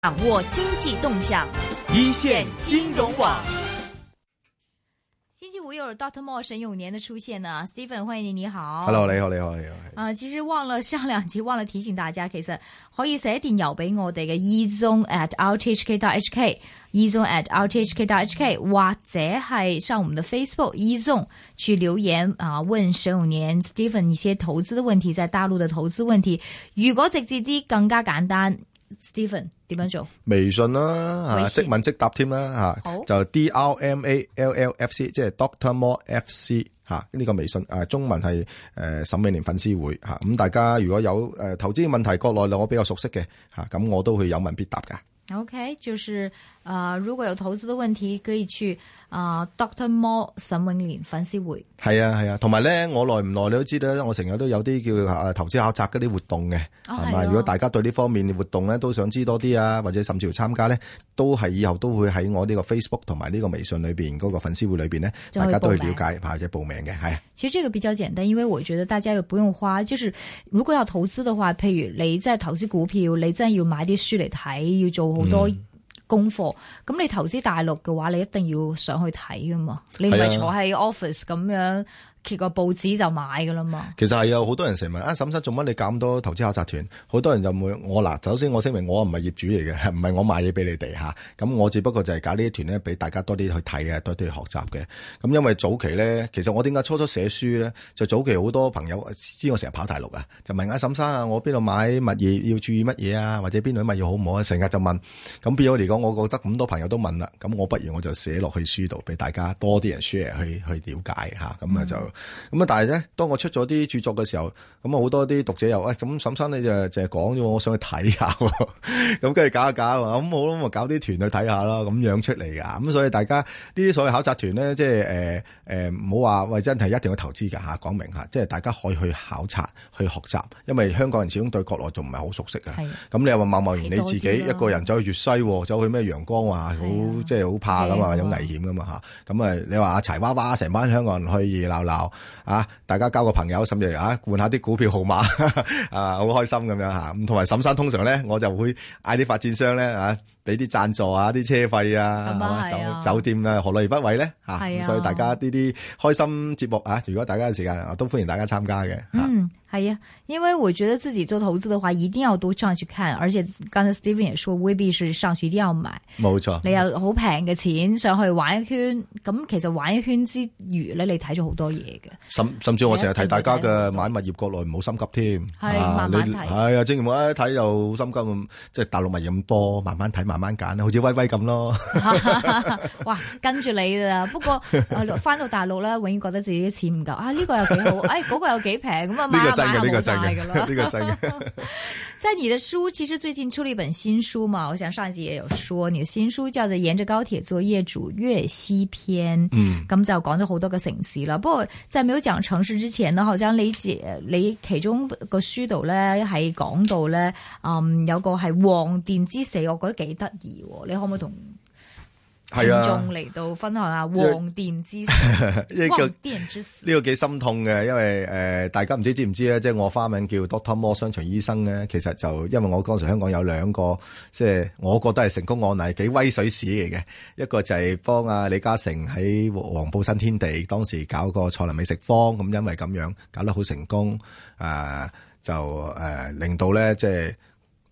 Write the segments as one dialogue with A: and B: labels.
A: 掌握经济动向，
B: 一线金融网。
C: 星期五又有 Doctor Mo 沈永年的出现呢，Stephen 欢迎你，你好。
B: Hello，你好，你好，你好。
C: 啊、其實忘了上兩次忘了提醒大家，其實可以寫電郵俾我哋嘅 ezone at rthk.hk。ezone E at rthk.hk 或者係上我們的 Facebook ezone 去留言啊，問沈永年 Stephen 一些投資的問題，在大陸的投資問題。如果直接啲更加簡單，Stephen 點樣做？
B: 微信啦，
C: 微
B: 嚇
C: 信
B: 即問即答添啦，
C: 好
B: 嚇就 D R M A L L F C，即係 Doctor More F C 嚇呢個微信啊，中文係誒沈美年粉絲會嚇咁，大家如果有誒投資嘅問題，國內我比較熟悉嘅嚇，咁我都會有問必答噶。
C: OK，就是呃，如果有投资的问题，可以去啊、呃、Doctor Mo 沈永年粉丝会。
B: 係啊係啊，同埋咧，我耐唔耐你都知道咧，我成日都有啲叫啊投資考察嗰啲活動嘅，
C: 哦
B: 係
C: 係啊
B: 如果大家對呢方面活動咧都想知多啲啊，或者甚至乎參加咧，都係以後都會喺我呢個 Facebook 同埋呢個微信裏邊嗰個粉絲會裏邊咧，
C: 就
B: 大
C: 可以
B: 家都去
C: 報名
B: 了解或者報名嘅，係啊
C: 其实这个比较简单，因为我觉得大家也不用花，就是如果要投资的话，譬如你真系投资股票，你真系要买啲书嚟睇，要做好多
B: 嗯
C: 功课。咁、你投资大陆嘅话，你一定要上去睇噶嘛，你唔
B: 係啊
C: 系坐喺 office 咁样揭个报纸就买噶啦嘛。
B: 其實係有好多人成日問啊，沈生做乜你搞咁多投資考察團？好多人就會我嗱，首先我聲明我唔係業主嚟嘅， 唔係我賣嘢俾你哋嚇。咁我只不過就係搞呢啲團咧，俾大家多啲去睇啊嘅，多啲去學習嘅。咁因為早期咧，其實我點解初初寫書咧，就早期好多朋友知我成日跑大陸啊，就問啊沈生啊，我邊度買物業要注意乜嘢啊，或者邊度啲物業好唔好啊？成日就問。咁變咗嚟講，我覺得咁多朋友都問啦，咁我不如我就寫落去書度，俾大家多啲人 share 去去了解嚇。咁啊就。咁啊，但係咧，當我出咗啲著作嘅時候，咁啊好多啲讀者又，喂、咁沈生你就淨係講啫喎，我想去睇下喎，咁跟住搞一搞啊，咁好啦，咁啊搞啲團去睇下啦，咁樣出嚟噶，咁所以大家呢啲所謂考察團咧，即係誒誒，唔好話喂真係一定要投資㗎嚇，講明嚇，即係大家可以去考察、去學習，因為香港人始終對國內仲唔係好熟悉啊。
C: 系
B: 咁你又話貿貿然
C: 睇
B: 你
C: 多
B: 自己
C: 啲啦
B: 一個人走去粵西喎，走去咩陽光話好
C: 係啊
B: 即係好怕噶
C: 驚
B: 嘛，
C: 啊
B: 有危險噶嘛嚇。咁啊，你話啊柴娃娃成班香港人去熱鬧鬧啊，大家交個朋友，甚至啊換下啲股票號碼 啊，好開心咁樣嚇。咁同埋沈生通常咧，我就會嗌啲發展商咧啊，俾啲贊助啊，啲車費啊，
C: 咁啊
B: 係
C: 係
B: 嘛
C: 啊
B: 酒酒店啊，何樂而不為咧嚇。
C: 係啊
B: 咁所以大家呢啲開心節目啊，如果大家有時間啊，都歡迎大家參加嘅嚇。
C: 嗯，好呀，因为我觉得自己做投资的话，一定要多上去看，而且刚才 Steven 也说，未必是上去一定要买，
B: 冇錯，
C: 你有好平嘅錢上去玩一圈，咁其實玩一圈之餘咧，你睇咗好多嘢嘅。
B: 甚甚至我
C: 啊
B: 成日提大家
C: 你一定要
B: 嘅買物業國內唔好心急添，
C: 係
B: 啊
C: 慢慢
B: 你
C: 睇
B: 係啊，正如我一睇就心急咁，即係大陸物業咁多，慢慢睇慢慢揀啦，好似威威咁咯。
C: 哇，跟住你啦。不 過翻、到大陸咧，永遠覺得自己啲錢唔夠啊，呢、個又幾好， 哎，嗰、個又幾平，咁啊
B: 呢
C: 買
B: 個
C: 下
B: 真
C: 買
B: 嘅，
C: 下
B: 呢個
C: 冇
B: 真
C: 晒
B: 嘅，
C: 㗎啦。
B: 呢個真嘅。
C: 在你的書，其實最近出了一本新書嘛，我想上一集也有說，你的新書叫做《沿着高鐵做業主粵西篇》。
B: 嗯，
C: 咁就講咗好多個城市啦。不過在未有講城市之前呢，好像你自你其中個書度咧係講到咧，嗯有個係黃殿之死，我覺得幾得意喎。你可唔可以同聽
B: 係啊
C: 眾，嚟到分享下黃殿之死？
B: 呢個
C: 黃殿之死
B: 呢個幾心痛嘅，因為誒、呃大家唔知知唔知咧，即係我花名叫 Doctor Mo 商場醫生咧，其實就因為我嗰陣時香港有兩個，即係我覺得係成功案例，幾威水史嚟嘅。一個就係幫阿李嘉誠喺黃埔新天地當時搞個菜林美食坊，咁因為咁樣搞得好成功，誒、就誒、呃令到咧即係。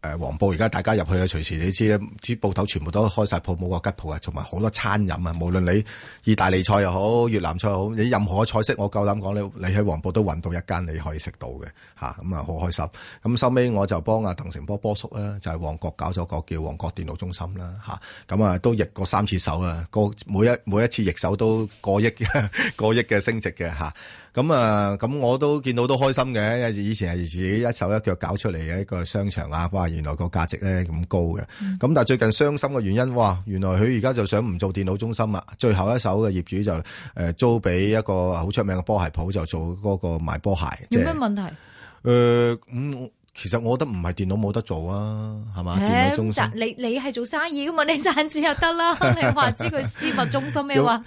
B: 誒呃黃埔而家大家入去啊，隨時你知咧，啲鋪頭全部都開晒鋪，冇個吉鋪啊，同埋好多餐飲啊，無論你意大利菜又好，越南菜又好，你任何嘅菜式，我夠膽講你，你喺黃埔都揾到一間你可以食到嘅嚇，咁啊好開心。咁收尾我就幫阿鄧成波波叔啦，就係、旺角搞咗個叫旺角電腦中心啦嚇，咁啊都逆過三次手啦，個每一每一次逆手都過億 過億嘅升值嘅嚇。咁啊，咁我都見到都開心嘅，因為以前係自己一手一腳搞出嚟嘅一個商場啊，哇！原來個價值咧咁高嘅，咁、
C: 嗯
B: 但係最近傷心嘅原因，哇！原來佢而家就想唔做電腦中心啦，啊最後一手嘅業主就誒、呃租俾一個好出名嘅波鞋鋪，就做嗰個賣波鞋，即
C: 有
B: 係
C: 咩問題？
B: 誒咁。其實我覺得唔係電腦冇得做啊，係嘛？電腦中心
C: 誒你你係做生意噶嘛？你 賺錢就 得啦。你話知佢私密中心咩話？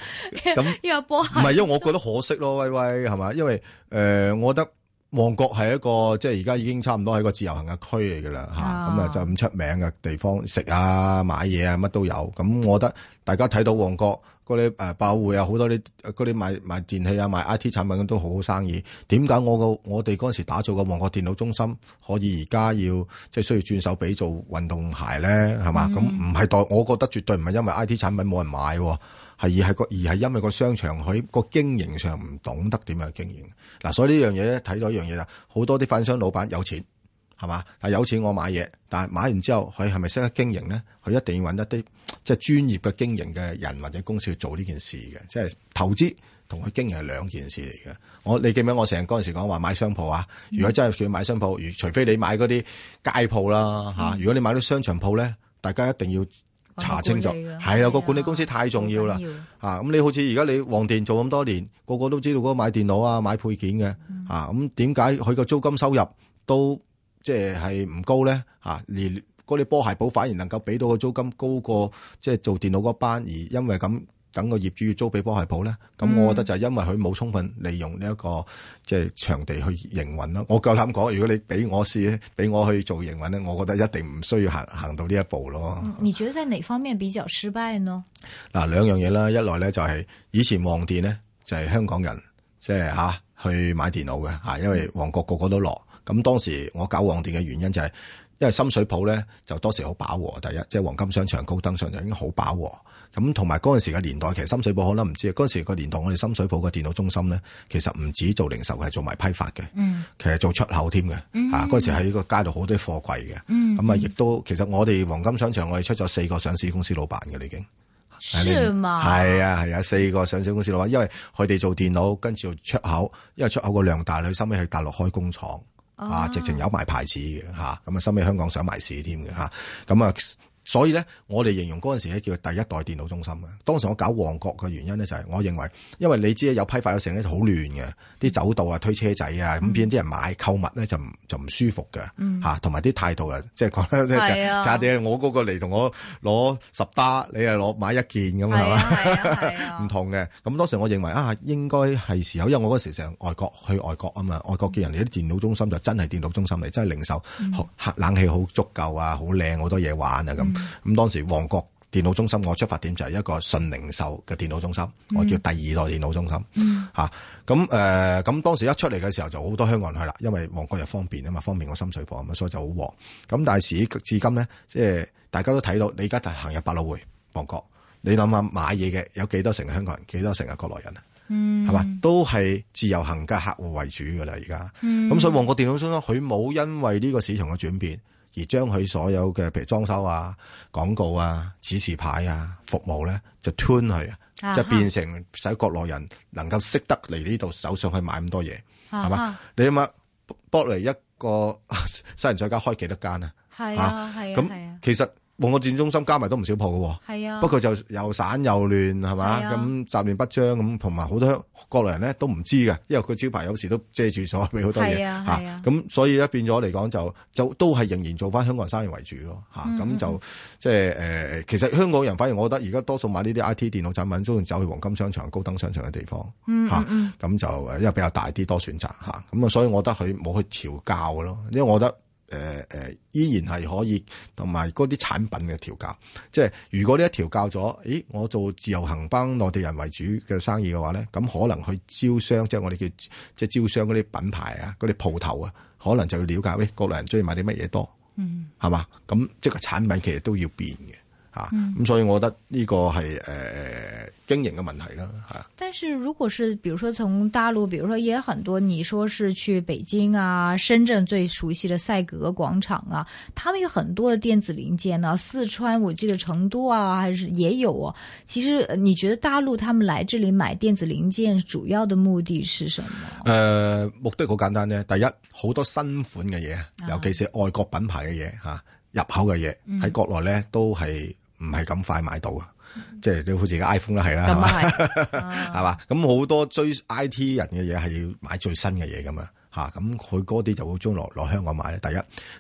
B: 咁
C: 呢個波鞋
B: 唔係，因為我覺得可惜咯，威威係嘛？因為誒、呃我覺得旺角係一個即係而家已經差唔多係一個自由行嘅區嚟㗎啦嚇，
C: 啊
B: 咁啊就咁出名嘅地方食啊、買嘢啊乜都有。咁我覺得大家睇到旺角嗰啲誒爆會啊，好多啲嗰啲賣賣電器啊、賣 I T 產品都好好生意。點解我個我哋嗰陣時打造個旺角電腦中心，可以而家要即係需要轉手俾做運動鞋咧？係嘛？咁唔係代，我覺得絕對唔係因為 I T 產品冇人買喎。係而係個而係因為個商場佢個經營上唔懂得點樣經營嗱，所以呢樣嘢咧睇到一樣嘢就係好多啲販商老闆有錢係嘛，但係有錢我買嘢，但係買完之後佢係咪識得經營咧？佢一定要揾一啲即係專業嘅經營嘅人或者公司去做呢件事嘅，即係投資。同佢經營係兩件事嚟嘅，我你記唔記得我成日嗰陣時講話買商鋪啊？如果真係叫買商鋪，如除非你買嗰啲街鋪啦嚇，
C: 嗯
B: 如果你買啲商場鋪咧，大家一定要查清楚，
C: 揾個管理㗎啊
B: 係啊啦，個管理公司太重要啦。
C: 好緊
B: 啊，咁你好似而家你旺電做咁多年，個個都知道嗰個買電腦啊、買配件嘅，啊，咁點解佢個租金收入都即係係唔高咧？啊，連嗰啲波鞋鋪反而能夠俾到個租金高過即係做電腦嗰班，而因為咁等個業主要租俾波鞋鋪咧，咁我覺得就係因為佢冇充分利用呢、一個即係場地去營運啦。我夠膽講，如果你俾我試，俾我去做營運咧，我覺得一定唔需要行行到呢一步咯。
C: 嗯你觉得在哪方面比較失敗呢？
B: 嗱兩樣嘢啦，一來咧就係以前旺電咧就係香港人即係嚇去買電腦嘅嚇，啊因為旺角個個都落。咁當時我搞旺電嘅原因就係、因為深水埗咧就當時好飽和，第一即係黃金商場、高登商場已經好飽和。咁同埋嗰陣時嘅年代，其實深水埗可能唔知，嗰陣時個年代我哋深水埗嘅電腦中心咧，其實唔止做零售，係做埋批發嘅。
C: 嗯，
B: 其實做出口添嘅，啊嗰陣時喺個街度好多啲貨櫃嘅，
C: 嗯
B: 咁啊亦都其實我哋黃金商場我哋出咗四個上市公司老闆嘅啦已經。
C: 是嘛？
B: 係啊係啊，四個上市公司老闆，因為佢哋做電腦，跟住做出口，因為出口個量大，佢收尾去大陸開工廠
C: 哦
B: 啊，直情有埋牌子嘅嚇，咁啊收尾香港上埋市添嘅嚇，咁啊。所以咧，我哋形容嗰陣時咧叫第一代電腦中心嘅。啊當時我搞旺角嘅原因咧，就係我認為，因為你知啊有批發有成咧就好亂嘅，啲走道啊、推車仔啊，
C: 嗯
B: 咁變咗啲人買購物咧就唔就唔舒服嘅嚇，同埋啲態度啊，即係講得即
C: 係啊
B: 係差啲。我嗰個嚟同我攞十打，你係攞買一件咁係
C: 係
B: 嘛
C: 啊？係啊係
B: 唔
C: 啊，
B: 同嘅。咁當時我認為啊，應該係時候，因為我嗰時成日外國去外國啊嘛，
C: 嗯
B: 外國見人哋啲電腦中心就真係電腦中心嚟，真係零售，好冷氣好足夠啊，好靚，好多嘢玩啊咁。
C: 嗯
B: 咁、當時旺角。電腦中心我出發點就係一個純零售嘅電腦中心，
C: 嗯
B: 我叫第二代電腦中心嚇。咁誒咁當時一出嚟嘅時候就好多香港人去啦，因為旺角又方便啊嘛，方便我深水埗啊嘛，所以就好旺。咁但係時至今咧，即係大家都睇到，你而家就行入百老匯旺角，你諗下買嘢嘅有幾多成係香港人，幾多成係國內人啊？嗯，係嘛，都係自由行嘅客户為主噶啦，而家。
C: 嗯
B: 咁所以旺角電腦中心佢冇因為呢個市場嘅轉變而將佢所有嘅譬如裝修啊、廣告啊、指示牌啊、服務咧就 turn 佢
C: 啊哈
B: 啊，就變成使國內人能夠識得嚟呢度手上去買咁多嘢，係嘛
C: 啊？
B: 你諗下，博嚟一個 西人再加開幾多間啊？
C: 係啊係啊係
B: 咁
C: 啊
B: 其實旺角電腦中心加埋都唔少鋪嘅喎。
C: 係啊，
B: 不過就又散又亂係嘛，
C: 係啊
B: 咁雜亂不章咁，同埋好多國內人咧都唔知嘅，因為佢招牌有時都遮住咗俾好多嘢
C: 係啊
B: 嚇
C: 係啊
B: 咁所以咧變咗嚟講就就都係仍然做翻香港人生意為主咯嚇，
C: 嗯
B: 咁、就即係誒，其實香港人反而我覺得而家多數買呢啲 I T 電腦產品，中意走去黃金商場、高登商場嘅地方嚇，咁、就誒因為比較大啲多選擇嚇，咁啊所以我覺得佢冇去調教咯，因為我覺得。誒誒、呃依然係可以，同埋嗰啲產品嘅調教，即係如果呢一調教咗，咦，我做自由行幫內地人為主嘅生意嘅話咧，咁可能去招商，即係我哋叫即係招商嗰啲品牌啊，嗰啲鋪頭啊，可能就要了解，喂，國內人中意買啲乜嘢多，嗯，係嘛？咁即係個產品其實都要變嘅，嚇、咁、所以我覺得呢個係誒、呃、經營嘅問題啦，嚇。
C: 但是如果是，比如说从大陆，比如说也很多，你说是去北京啊、深圳最熟悉的赛格广场啊，他们有很多的电子零件呢、四川我记得成都啊，还是也有哦。其实呃你觉得大陆他们来这里买电子零件主要的目的是什么？
B: 誒、呃目的好簡單啫，第一好多新款嘅嘢，
C: 啊
B: 尤其是外國品牌嘅嘢嚇，入口嘅嘢
C: 嗯
B: 喺國內咧都係唔係咁快買到啊！即係你好似而家 iPhone 啦，係啦，係
C: 嗯咁
B: 嘛？
C: 啊係，
B: 係嘛？咁好多追 I T 人嘅嘢係要買最新嘅嘢噶嘛嚇，咁佢嗰啲就會將落落香港買咧。第一，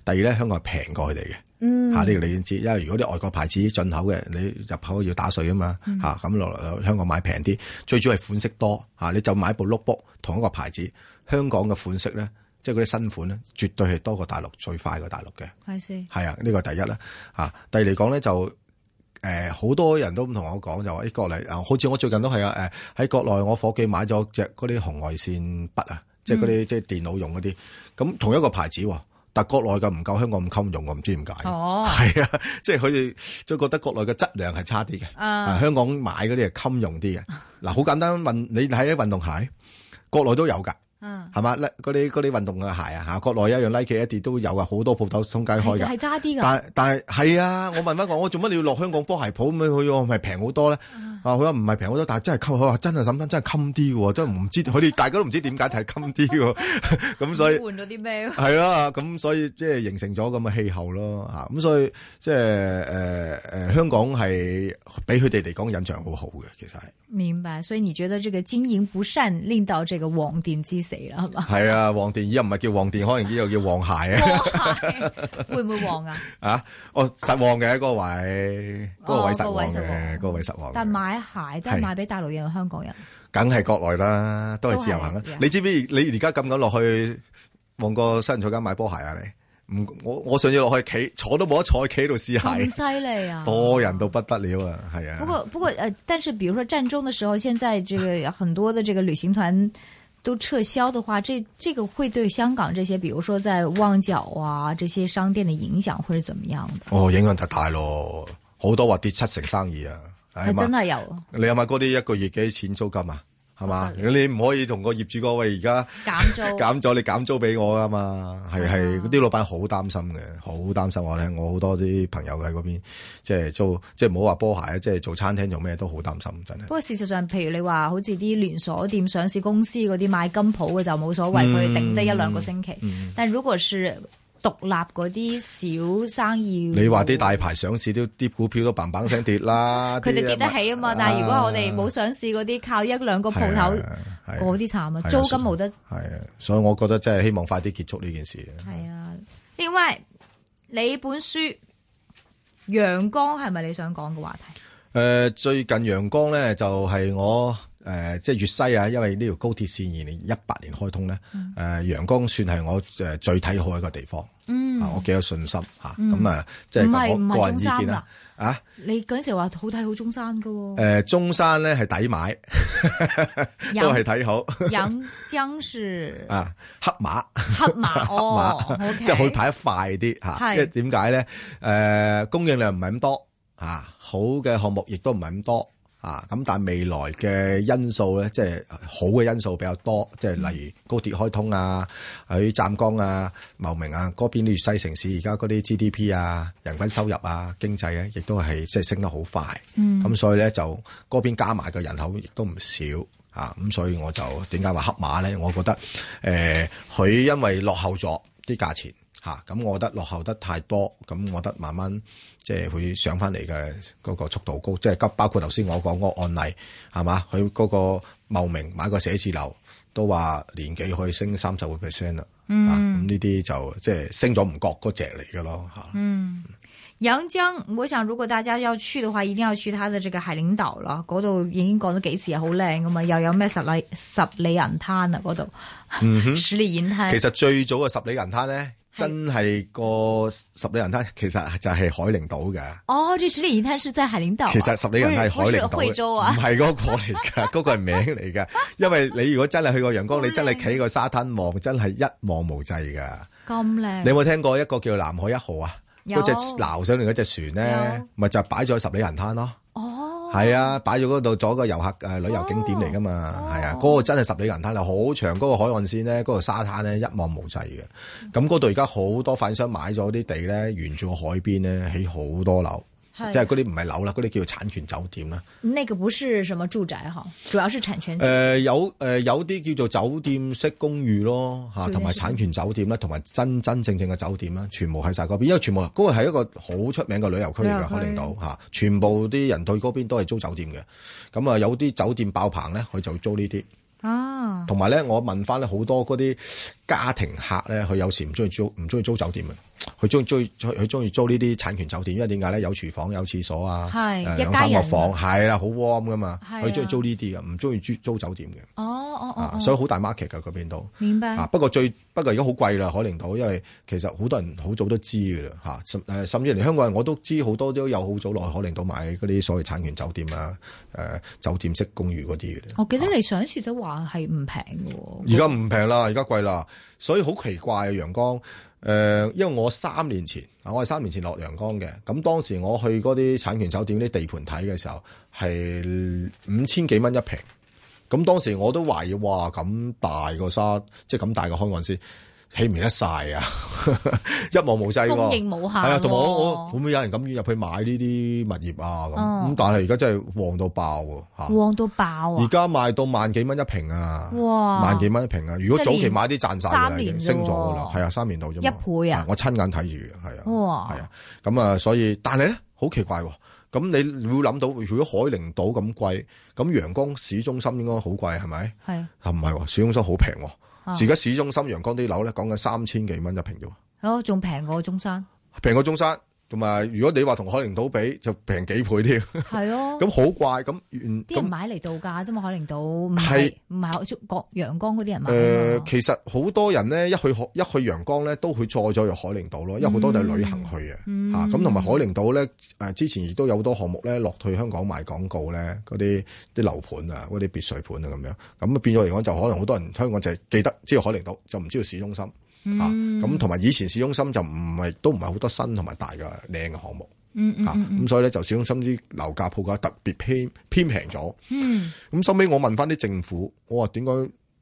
B: 第二咧香港係平過佢哋嘅。
C: 嗯
B: 嚇呢個你要知，因為如果啲外國牌子進口嘅，你入口要打税啊嘛
C: 嗯
B: 嚇，咁落嚟香港買平啲，最主要係款式多嚇，你就買部 notebook 同一個牌子，香港嘅款式咧即係嗰啲新款咧，絕對係多過大陸最快過大陸嘅。
C: 係先，
B: 係啊，呢個第一啦。啊，第二嚟講咧就。誒好、多人都唔同我講，就話誒、國內啊，好似我最近都係啊誒喺國內我伙計買咗隻嗰啲紅外線筆啊，即係嗰
C: 嗯
B: 啲即係電腦用嗰啲，咁同一個牌子喎，但國內嘅唔夠香港咁襟用，我唔知點解。
C: 哦
B: 係啊， 即係佢哋即係覺得國內嘅質量係差啲嘅，
C: 啊
B: 啊香港買嗰啲係襟用啲嘅。嗱，好簡單運，你睇啲運動鞋，國內都有㗎。
C: 嗯，
B: 係嘛？呢嗰啲嗰啲運動嘅鞋啊，嚇國內一樣 Nike、Adidas 都有啊，好多鋪頭通街開
C: 係
B: 㗎。
C: 係揸啲㗎，
B: 但但係係啊，我問翻我，我做乜你要落香港波鞋鋪咁樣？佢話係咪平好多咧？啊，佢話唔係平好多，但係真係襟，佢話真係諗真真係襟啲嘅喎，真係唔知佢哋大家都唔知點解係襟啲嘅喎， 咁所以
C: 換咗啲咩？
B: 係啦，咁所以即係形成咗咁嘅氣候咯嚇，咁所以即係誒誒香港係俾佢哋嚟講印象好好嘅，其實係。
C: 明白，所以你覺得這個經營不善令到這個黃店之死啦， 係嘛？
B: 係啊，黃店依家唔係叫黃店，可能依家叫黃鞋 啊。
C: 係會唔會黃啊？
B: 啊，哦，實旺嘅嗰個位，嗰
C: 哦
B: 個位實旺嘅，嗰個位實旺嘅。
C: 但買鞋都係
B: 係
C: 買俾大陸人同香港人，
B: 梗係國內啦，都係自由行啦
C: 都係自由。
B: 你知唔知你而家咁咁落去旺角西人菜街買波鞋啊？你唔我我上次落去企坐都冇得坐，企喺度試
C: 咁
B: 鞋，
C: 犀利啊！
B: 多人到不得了啊！係
C: 不
B: 啊，
C: 过不过呃，但是比如说战中的时候，现在这个很多的这个旅行团都撤销的话，这这个会对香港这些，比如说在旺角啊这些商店的影响会是怎么样的？
B: 哦，影響太大咯，好多話跌七成生意啊，
C: 还
B: 係
C: 真
B: 嘛？
C: 的有
B: 你諗下嗰啲一個月幾錢租金啊？係嘛？你唔可以同個業主講喂，而家
C: 減租，
B: 減咗你減租俾我噶嘛？係
C: 啊
B: 係，啲老闆好擔心嘅，好擔心我咧。我好多啲朋友喺嗰邊，即係做，即係唔好話波鞋啊，即係做餐廳做咩都好擔心，真係。
C: 不過事實上，譬如你話好似啲連鎖店、上市公司嗰啲買金鋪嘅就冇所謂，佢哋頂得一兩個星
B: 嗯
C: 期。但如果是獨立嗰啲小生意，
B: 你話啲大牌上市都啲股票都砰砰聲跌啦，
C: 佢哋
B: 啲
C: 跌得起啊嘛，但係如果我哋冇上市嗰啲，靠一兩個鋪頭
B: 啊係啊係啊
C: 嗰啲慘
B: 係
C: 啊，
B: 啊
C: 租金冇得
B: 係啊，所以我覺得真係希望快啲結束呢件事。
C: 係啊。另外，你本書《陽光》係咪你想講嘅話題？
B: 誒、呃最近陽光咧就係、我誒、即係粵西啊，因為呢條高鐵線二零一八年開通咧，誒、陽光算係我誒最睇好一個地方，
C: 嗯
B: 啊，我幾有信心嚇，咁、啊，即
C: 唔係
B: 係
C: 唔係
B: 我個人
C: 中
B: 意
C: 山
B: 見啦
C: 啦，
B: 啊。
C: 你嗰陣時話好睇好中山嘅
B: 誒、
C: 喎，
B: 中山咧係抵買， 都係
C: 陽
B: 睇好
C: 陽江是
B: 啊，黑馬。
C: 黑 馬哦，OK，
B: 即係佢排得快啲嚇，
C: 係
B: 因為點解咧？誒、供應量唔係咁多嚇，好嘅項目亦都唔係咁多嚇。咁但係未來嘅因素咧，即係好嘅因素比較多，即係例如高鐵開通啊，喺湛江啊、茂名啊嗰邊啲粵西城市，而家嗰啲 GDP 啊、人均收入啊、經濟咧、亦都係即係升得好快。咁、所以咧就嗰邊加埋嘅人口亦都唔少。啊，咁所以我就點解話黑馬咧？我覺得誒，佢、因為落後咗啲價錢嚇，咁、我覺得落後得太多，咁我覺得慢慢即係會上翻嚟嘅嗰個速度高，即係包括頭先我講嗰個案例係嘛，佢嗰個茂名買個寫字樓都話年幾可以升三十個 percent 啦，啊，咁呢啲就即係升咗唔覺嗰只嚟嘅咯嚇。
C: 陽江，我想如果大家要去嘅話，一定要去它的這個海陵島啦。嗰度已經講咗幾次，好靚噶嘛，又有咩十里十里銀灘啊，嗰度、 十里銀灘。
B: 嗯其實最早嘅十里銀灘咧，
C: 係
B: 真係個十里銀灘其實就係海陵島嘅。
C: 哦，這十里銀灘是在海陵島啊、
B: 其實十里人係海陵島
C: 不是不是惠州
B: 嘅，嗯
C: 啊
B: 唔。係嗰個 嚟㗎，嗰個係名嚟㗎。因為你如果真係去過陽光，你真係企個沙灘望，真係一望無際㗎。
C: 咁靚。
B: 你有冇聽過一個叫南海一號啊？
C: 嗯有
B: 嗰隻撈上嚟嗰隻船咧
C: 有，
B: 咪就係擺咗喺十里人灘咯。
C: 哦，
B: 係啊，擺咗嗰度做一個遊客誒旅遊景點嚟㗎嘛，
C: 哦
B: 係啊，嗰個真係十里銀灘啦，好長嗰個海岸線咧，嗰個沙灘咧一望無際嘅。咁嗰度而家好多發展商買咗啲地咧，沿住個海邊咧起好多樓，
C: 係
B: 即係嗰啲唔係樓啦，嗰啲叫產權酒店啦。
C: 那個不是什麼住宅哈，主要是產權
B: 誒、。有誒、有啲叫做酒店式公寓咯嚇，
C: 酒店式
B: 同埋產權酒店啦，同埋真真正正嘅酒店啦，全部喺晒嗰邊，因為全部嗰個係一個好出名嘅旅遊區嚟
C: 旅遊
B: 嘅
C: 區
B: 海陵島嚇，全部啲人去嗰邊都係租酒店嘅，咁啊有啲酒店爆棚咧，佢就租呢啲，
C: 啊，
B: 同埋咧我問翻咧好多嗰啲家庭客咧，佢有時唔中意租唔中意租酒店嘅，佢中意中意佢中意租呢啲產權酒店，因為點解咧有廚房有廁所啊，
C: 係
B: 誒
C: 一
B: 兩
C: 家
B: 三個
C: 人
B: 房係啦，好 warm 噶嘛，
C: 係啊
B: 佢中意租呢啲嘅，唔中意租租酒店嘅。
C: 哦哦哦
B: 啊，
C: 哦，
B: 所以好大 market 㗎嗰邊都。
C: 明白
B: 啊，不過最不過而家好貴啦，海陵島，因為其實好多人好早都知嘅啦嚇，甚誒甚至連香港人我都知好多都有好早落去海陵島買嗰啲所謂產權酒店啊、誒、酒店式公寓嗰啲嘅啦。
C: 我記得你上一次都話係唔平嘅喎，
B: 而家唔平啦，而家貴啦，所以好奇怪啊！陽光誒、呃因為我三年前啊，我係三年前落陽光嘅，咁當時我去嗰啲產權酒店啲地盤睇嘅時候係五千幾蚊一平，咁當時我都懷疑哇咁大個沙，即係咁大個海岸線。起唔起得晒啊！ 一望無際喎，
C: 供應無限
B: 係啊，同埋我我
C: 喎
B: 會唔會有人咁願入去買呢啲物業啊？咁咁、
C: 嗯
B: 但係而家真係旺到爆喎嚇！
C: 旺到爆
B: 而
C: 啊！
B: 家賣到萬幾蚊一平啊！
C: 哇
B: 萬幾蚊一平啊！如果早期買啲賺晒㗎啦，
C: 即係連
B: 已經
C: 三
B: 升
C: 年啫喎
B: 咗㗎啦，係啊，三年度啫嘛，
C: 一倍啊
B: 我親眼睇住嘅，係啊，
C: 哇
B: 係啊，咁啊，所以但係咧，好奇怪喎！咁你會諗到，如果海陵島咁貴，咁陽光市中心應該好貴係咪？
C: 係
B: 啊，唔係喎，市中心好平喎。
C: 啊
B: 而家市中心陽光啲樓咧，講緊三千幾蚊一平啫喎，
C: 哦，仲平過 中山，
B: 平過中山。同埋，如果你話同海陵島比，就平幾倍添。
C: 係哦。
B: 咁好怪，咁原
C: 啲人
B: 咁
C: 買嚟度假啫嘛，海陵島唔係唔係中國陽江嗰啲人
B: 誒、
C: 買㗎嘛
B: 呃其實好多人咧，一去海一去陽江咧，都去載咗入海陵島咯，因為好多都係旅行去嘅
C: 嗯
B: 嚇。咁同埋海陵島咧，誒之前亦都有好多項目咧落去香港賣廣告咧，嗰啲啲樓盤啊，嗰啲別墅盤啊咁樣，咁啊變咗嚟講就可能好多人香港就係記得知道海陵島，就唔知道市中心嚇。
C: 嗯
B: 咁同埋以前市中心就唔係都唔係好多新同埋大嘅靚嘅項目。
C: 嗯嗯
B: 嚇，啊咁、所以咧就市中心啲樓價鋪價特別偏偏平咗。
C: 嗯，
B: 咁收尾我問翻啲政府，我話點解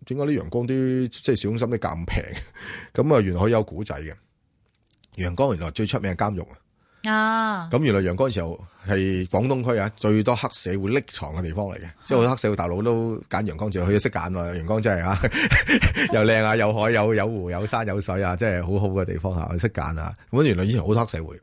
B: 點解啲陽光啲即係市中心啲咁平？ 咁啊原來佢有古仔嘅。陽江原來最出名係監獄啊！
C: 啊，
B: 咁原來陽江時候係廣東區啊最多黑社會匿藏嘅地方嚟嘅，即係好多黑社會大佬都揀陽江就佢都識揀喎。陽江真係啊，又靚啊，有海有有湖有山有水啊，真係好好嘅地方啊，識揀啊。咁原來以前好多黑社會，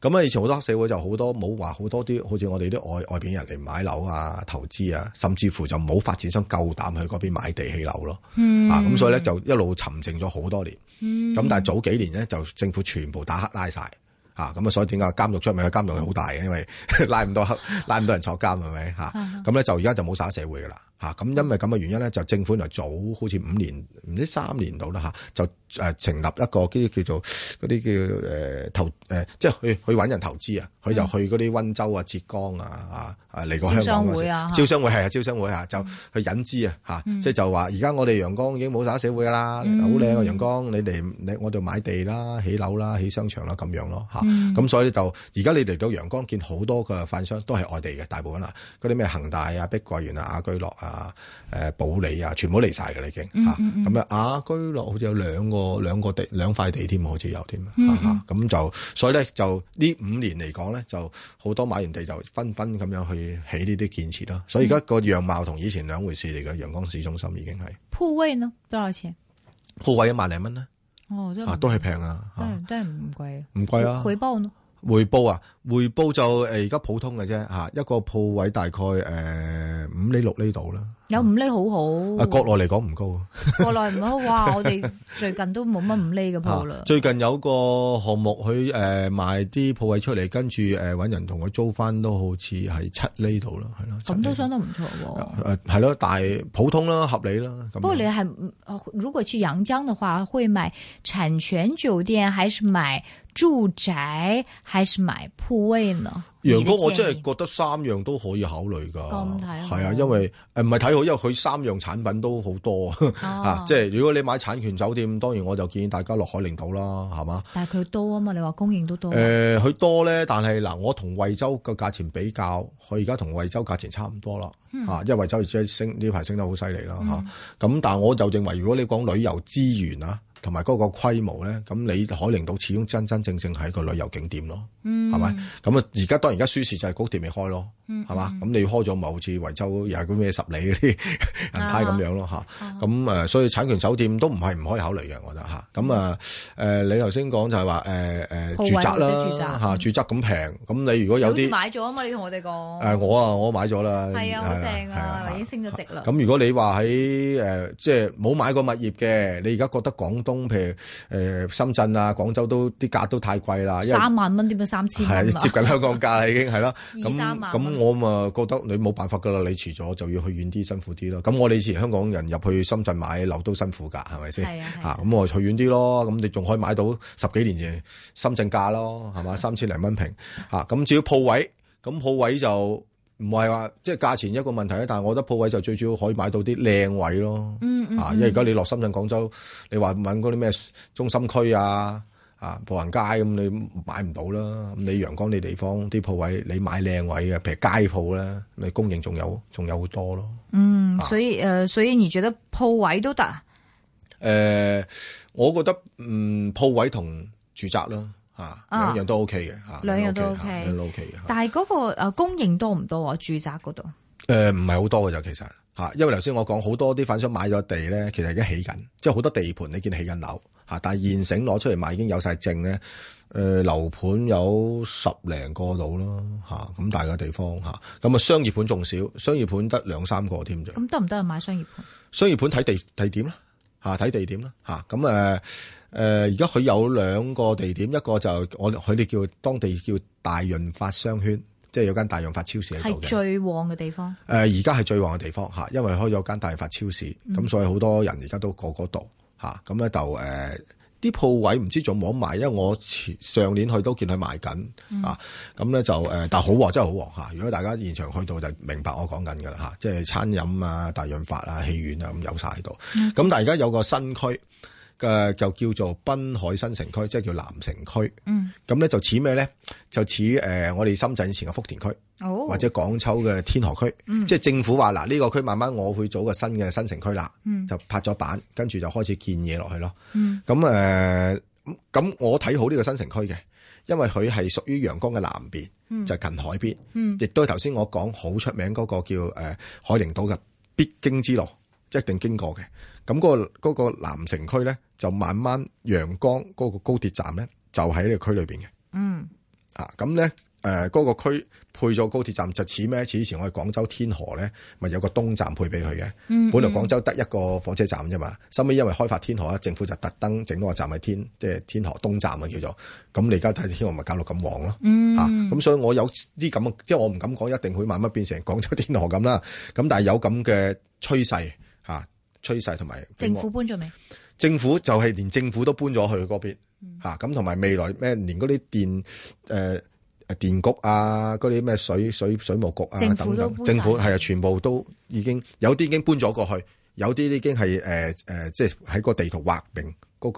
B: 咁啊以前好多黑社會就好多冇話好多啲好似我哋啲外外邊人嚟買樓啊、投資啊，甚至乎就冇發展商夠膽去嗰邊買地起樓咯。
C: 嗯
B: 啊，咁所以咧就一路沉靜咗好多年。咁但係早幾年咧就政府全部打黑拉晒。啊，咁啊，所以點解監獄出名？監獄係好大嘅，因為 拉唔到黑，拉唔到人坐監係咪
C: 啊
B: 嚇？咁咧就而家就冇晒社會噶啦嚇。咁因為咁嘅原因咧，就政府原來早好似五年唔知三年度啦嚇，就誒成立一個啲叫做嗰啲叫誒投誒，即係去去揾人投資啊，佢就
C: 嗯
B: 去嗰啲温州啊、浙江啊啊啊嚟過香港
C: 招
B: 嗰
C: 商會啊
B: 時招商會係啊，招商會啊，就去引資啊嚇，即係就話而家我哋陽光已經冇晒社會噶啦，好靚啊陽光，你嚟你我哋買地啦、起樓啦、起商場啦咁樣咯嚇，咁所以咧就而家你嚟到陽光見好多嘅販商都係外地嘅大部分啦，嗰啲咩恒大啊、碧桂園啊、雅居樂啊、誒保利啊，全部嚟晒㗎啦已經嚇，咁啊雅居樂好似有兩個兩個地兩塊地添，好似有添嚇嚇咁就所以咧就呢五年嚟講咧就好多買完地就紛紛咁樣去起呢啲建設啦，所以而家個樣貌同以前兩回事嚟嘅，陽光市中心已經係
C: 鋪位呢多少錢？
B: 鋪位一啊萬零蚊啦，
C: 哦，都
B: 啊
C: 係
B: 都係平啊，
C: 都
B: 啊
C: 係都係唔貴，
B: 唔貴啊，
C: 回報呢？
B: 回報啊，回報就誒而家普通嘅啫嚇，一個鋪位大概誒五厘六厘度啦，
C: 有五厘好好，
B: 啊國內嚟講唔高啊。
C: 國內唔好，哇！我哋最近都冇乜五厘嘅鋪啦
B: 啊。最近有個項目佢誒、呃、賣啲鋪位出嚟，跟住誒揾人同佢租翻，都好似係七厘度啦，係咯。
C: 咁都
B: 七
C: 相
B: 厘
C: 當唔錯
B: 誒
C: 喎。
B: 係咯，但係普通啦，合理啦。咁
C: 不過你係唔呃如果去陽江的話，會買產權酒店，還是買住宅，還是買鋪位呢？
B: 陽光
C: 你的
B: 我真
C: 建
B: 係
C: 議
B: 覺得三樣都可以考慮㗎。
C: 咁睇好
B: 係啊，因為誒唔係睇好，因為佢三樣產品都好多 啊
C: 哦。
B: 即係如果你買產權酒店，當然我就建議大家落海陵島啦，係嘛？
C: 但係佢多啊嘛，你話供應都多
B: 誒、，佢多咧，但係嗱，我同惠州個價錢比較，佢而家同惠州價錢差唔多啦，
C: 嗯
B: 嚇、因為惠州而家升呢排升得好犀利啦嚇。咁、但係我就認為，如果你講旅遊資源啊，同埋嗰個規模咧，咁你海陵島始終真真正正係一個旅遊景點咯，
C: 嗯
B: 係咪、咁啊，而家當然而家舒適就係高鐵未開咯，係嘛、
C: 嗯
B: 咁你開咗咪好似惠州又係咁咩十里 嗰啲人泰咁樣咯
C: 啊
B: 嚇。咁誒、所以產權酒店都唔係唔可以考慮嘅，我覺得嚇。咁啊
C: 嗯
B: 誒，你頭先講就係話誒誒
C: 鋪位
B: 住宅
C: 或者住宅嗯
B: 啦嚇，住宅咁平，咁你如果有啲
C: 買咗啊嘛，你同我哋講
B: 誒我啊，我買咗啦，係係
C: 啊升咗值啦
B: 咁如果你話喺誒，即係冇買過物業嘅，你而家覺得港島東譬如誒、呃深圳啊、廣州都啲價都太貴啦，因為
C: 三萬蚊點樣三千蚊
B: 係
C: 啊
B: 接？近香港價啦已經係啦。
C: 二三
B: 咁
C: 萬蚊
B: 咁我咪覺得你冇辦法噶啦，你遲咗就要去遠啲，辛苦啲咯。咁我哋以前香港人入去深圳買樓都辛苦㗎，係咪先？
C: 係啊係
B: 嚇
C: 啊
B: 咁我去遠啲咯，咁你仲可以買到十幾年前深圳價咯，係嘛？三千零蚊平嚇。咁至於鋪位，咁鋪位就唔係話即係價錢一個問題咧，但係我覺得鋪位就最主要可以買到啲靚位咯。
C: 嗯嗯
B: 啊，因為而家你落深圳、廣州，你話揾嗰啲咩中心區啊、啊步行街咁，你買唔到啦。咁你陽光啲地方啲鋪位，你買靚位嘅，譬如街鋪啦，你供應仲有仲有好多咯。啊
C: 嗯所以誒、呃所以你覺得鋪位都得啊？
B: 誒、我覺得嗯鋪位同住宅啦，啊
C: 啊
B: 兩樣都 OK 嘅嚇，
C: 兩樣都
B: 兩樣
C: OK
B: 嚇兩樣都 OK 嘅嚇。
C: 但係嗰、個、呃、供應多唔多啊？住宅嗰度
B: 誒呃唔係好多嘅咋，其實嚇，因為頭先我講好多啲反商買咗地咧，其實而家起緊，即係好多地盤你見起緊樓嚇，但係現成攞出嚟賣已經有晒證咧。誒、樓盤有十零個到啦嚇，咁大嘅地方嚇，咁啊商業盤仲少，商業盤得兩三個添啫。
C: 咁得唔得啊？買商業盤？
B: 商業盤睇地地點啦，嚇睇地點啦，嚇咁誒誒，而家佢有兩個地點，一個就我佢哋叫當地叫大潤發商圈，即係有間大潤發超市喺
C: 係
B: 度嘅。
C: 最旺嘅地方。
B: 誒呃而家係最旺嘅地方嚇，因為開咗間大潤發超市，咁、所以好多人而家都過嗰度嚇，咁啊咧就誒。啲鋪位唔知仲冇得賣，因為我前上年去都見佢賣緊、啊，咁咧就誒，但係好旺，真係好旺嚇。如果大家現場去到就明白我講緊㗎啦嚇，即係餐飲啊、大潤發啊、戲院啊咁有晒喺度。咁、但係而家有個新區嘅就叫做濱海新城區，即係叫南城區。
C: 嗯，
B: 咁咧就似咩咧？就似誒、呃我哋深圳以前嘅福田區。
C: 哦，嗯
B: 或者廣州嘅天河區，即係政府話嗱呢個區慢慢我會組個新嘅新城區啦，就拍咗板，跟住就開始建嘢落去咯。
C: 嗯
B: 咁誒咁我睇好呢個新城區嘅，因為佢係屬於陽江嘅南邊，就近海邊，
C: 嗯
B: 亦都係頭先我講好出名嗰個叫誒、呃海陵島嘅必經之路，一定經過嘅。咁、嗰個嗰、個南城區咧，就慢慢陽江嗰個高鐵站咧，就喺呢個區裏邊嘅。
C: 嗯
B: 啊，咁咧誒嗰個區配咗高鐵站就似咩？似以前我哋廣州天河咧，咪有個東站配俾佢嘅。
C: 嗯
B: 本來廣州得一個火車站啫嘛，收尾因為開發天河咧，啊政府就特登整多個站喺天，即係天河東站啊叫做。咁你而家睇天河咪搞到咁旺咯。
C: 嗯
B: 啊，咁所以我有啲咁嘅，即係我唔敢講一定會慢慢變成廣州天河咁啦。咁但係有咁嘅趨勢嚇、啊趨勢同埋
C: 政府搬咗未？
B: 政府就係連政府都搬咗去嗰邊
C: 嗯
B: 嚇，咁同埋未來咩連嗰啲電誒、呃、電局啊，嗰啲咩水水水務局啊
C: 政府
B: 等
C: 都
B: 等，
C: 搬晒
B: 政府係啊，全部都已經有啲已經搬咗過去，有啲已經係誒誒，即係喺個地圖劃明嗰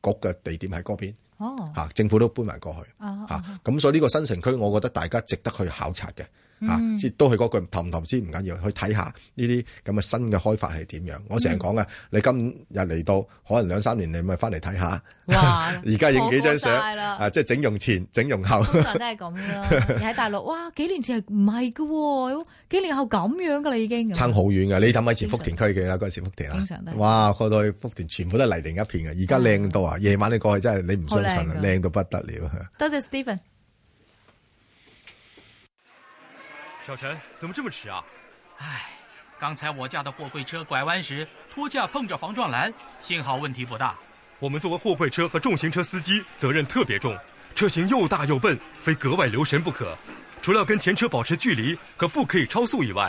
B: 個局嘅地點喺嗰邊
C: 哦，
B: 嚇，政府都搬埋過去。
C: 啊
B: 嚇，咁、所以呢個新城區，我覺得大家值得去考察嘅
C: 嗯
B: 嚇，即、都係嗰句投唔投資唔緊要，去睇下呢啲咁嘅新嘅開發係點樣。我
C: 嗯
B: 成日講嘅，啊你今日嚟到，可能兩三年你咪翻嚟睇下。
C: 哇
B: 而家 影幾張相
C: 啊好過晒啦
B: 啊，即係整容前、整容後。
C: 通常都係 咁噶啦，而喺大陸，哇，幾年前係唔係噶喎，幾年後咁樣噶啦已經。
B: 撐好遠嘅，你睇咪以前福田區嘅啦，嗰陣時福田啊
C: 經常都，係
B: 哇，過到去福田全部都係泥泞一片嘅，而家靚到啊！夜晚你過去真係你唔相信
C: 好靚
B: 啊，
C: 㗎
B: 靚到不得了啊！
C: 多謝 Steven。
D: 小陈，怎么这么迟啊？
E: 唉，刚才我驾的货柜车拐弯时，托架碰着防撞栏，幸好问题不大。
D: 我们作为货柜车和重型车司机，责任特别重，车型又大又笨，非格外留神不可。除了跟前车保持距离和不可以超速以外，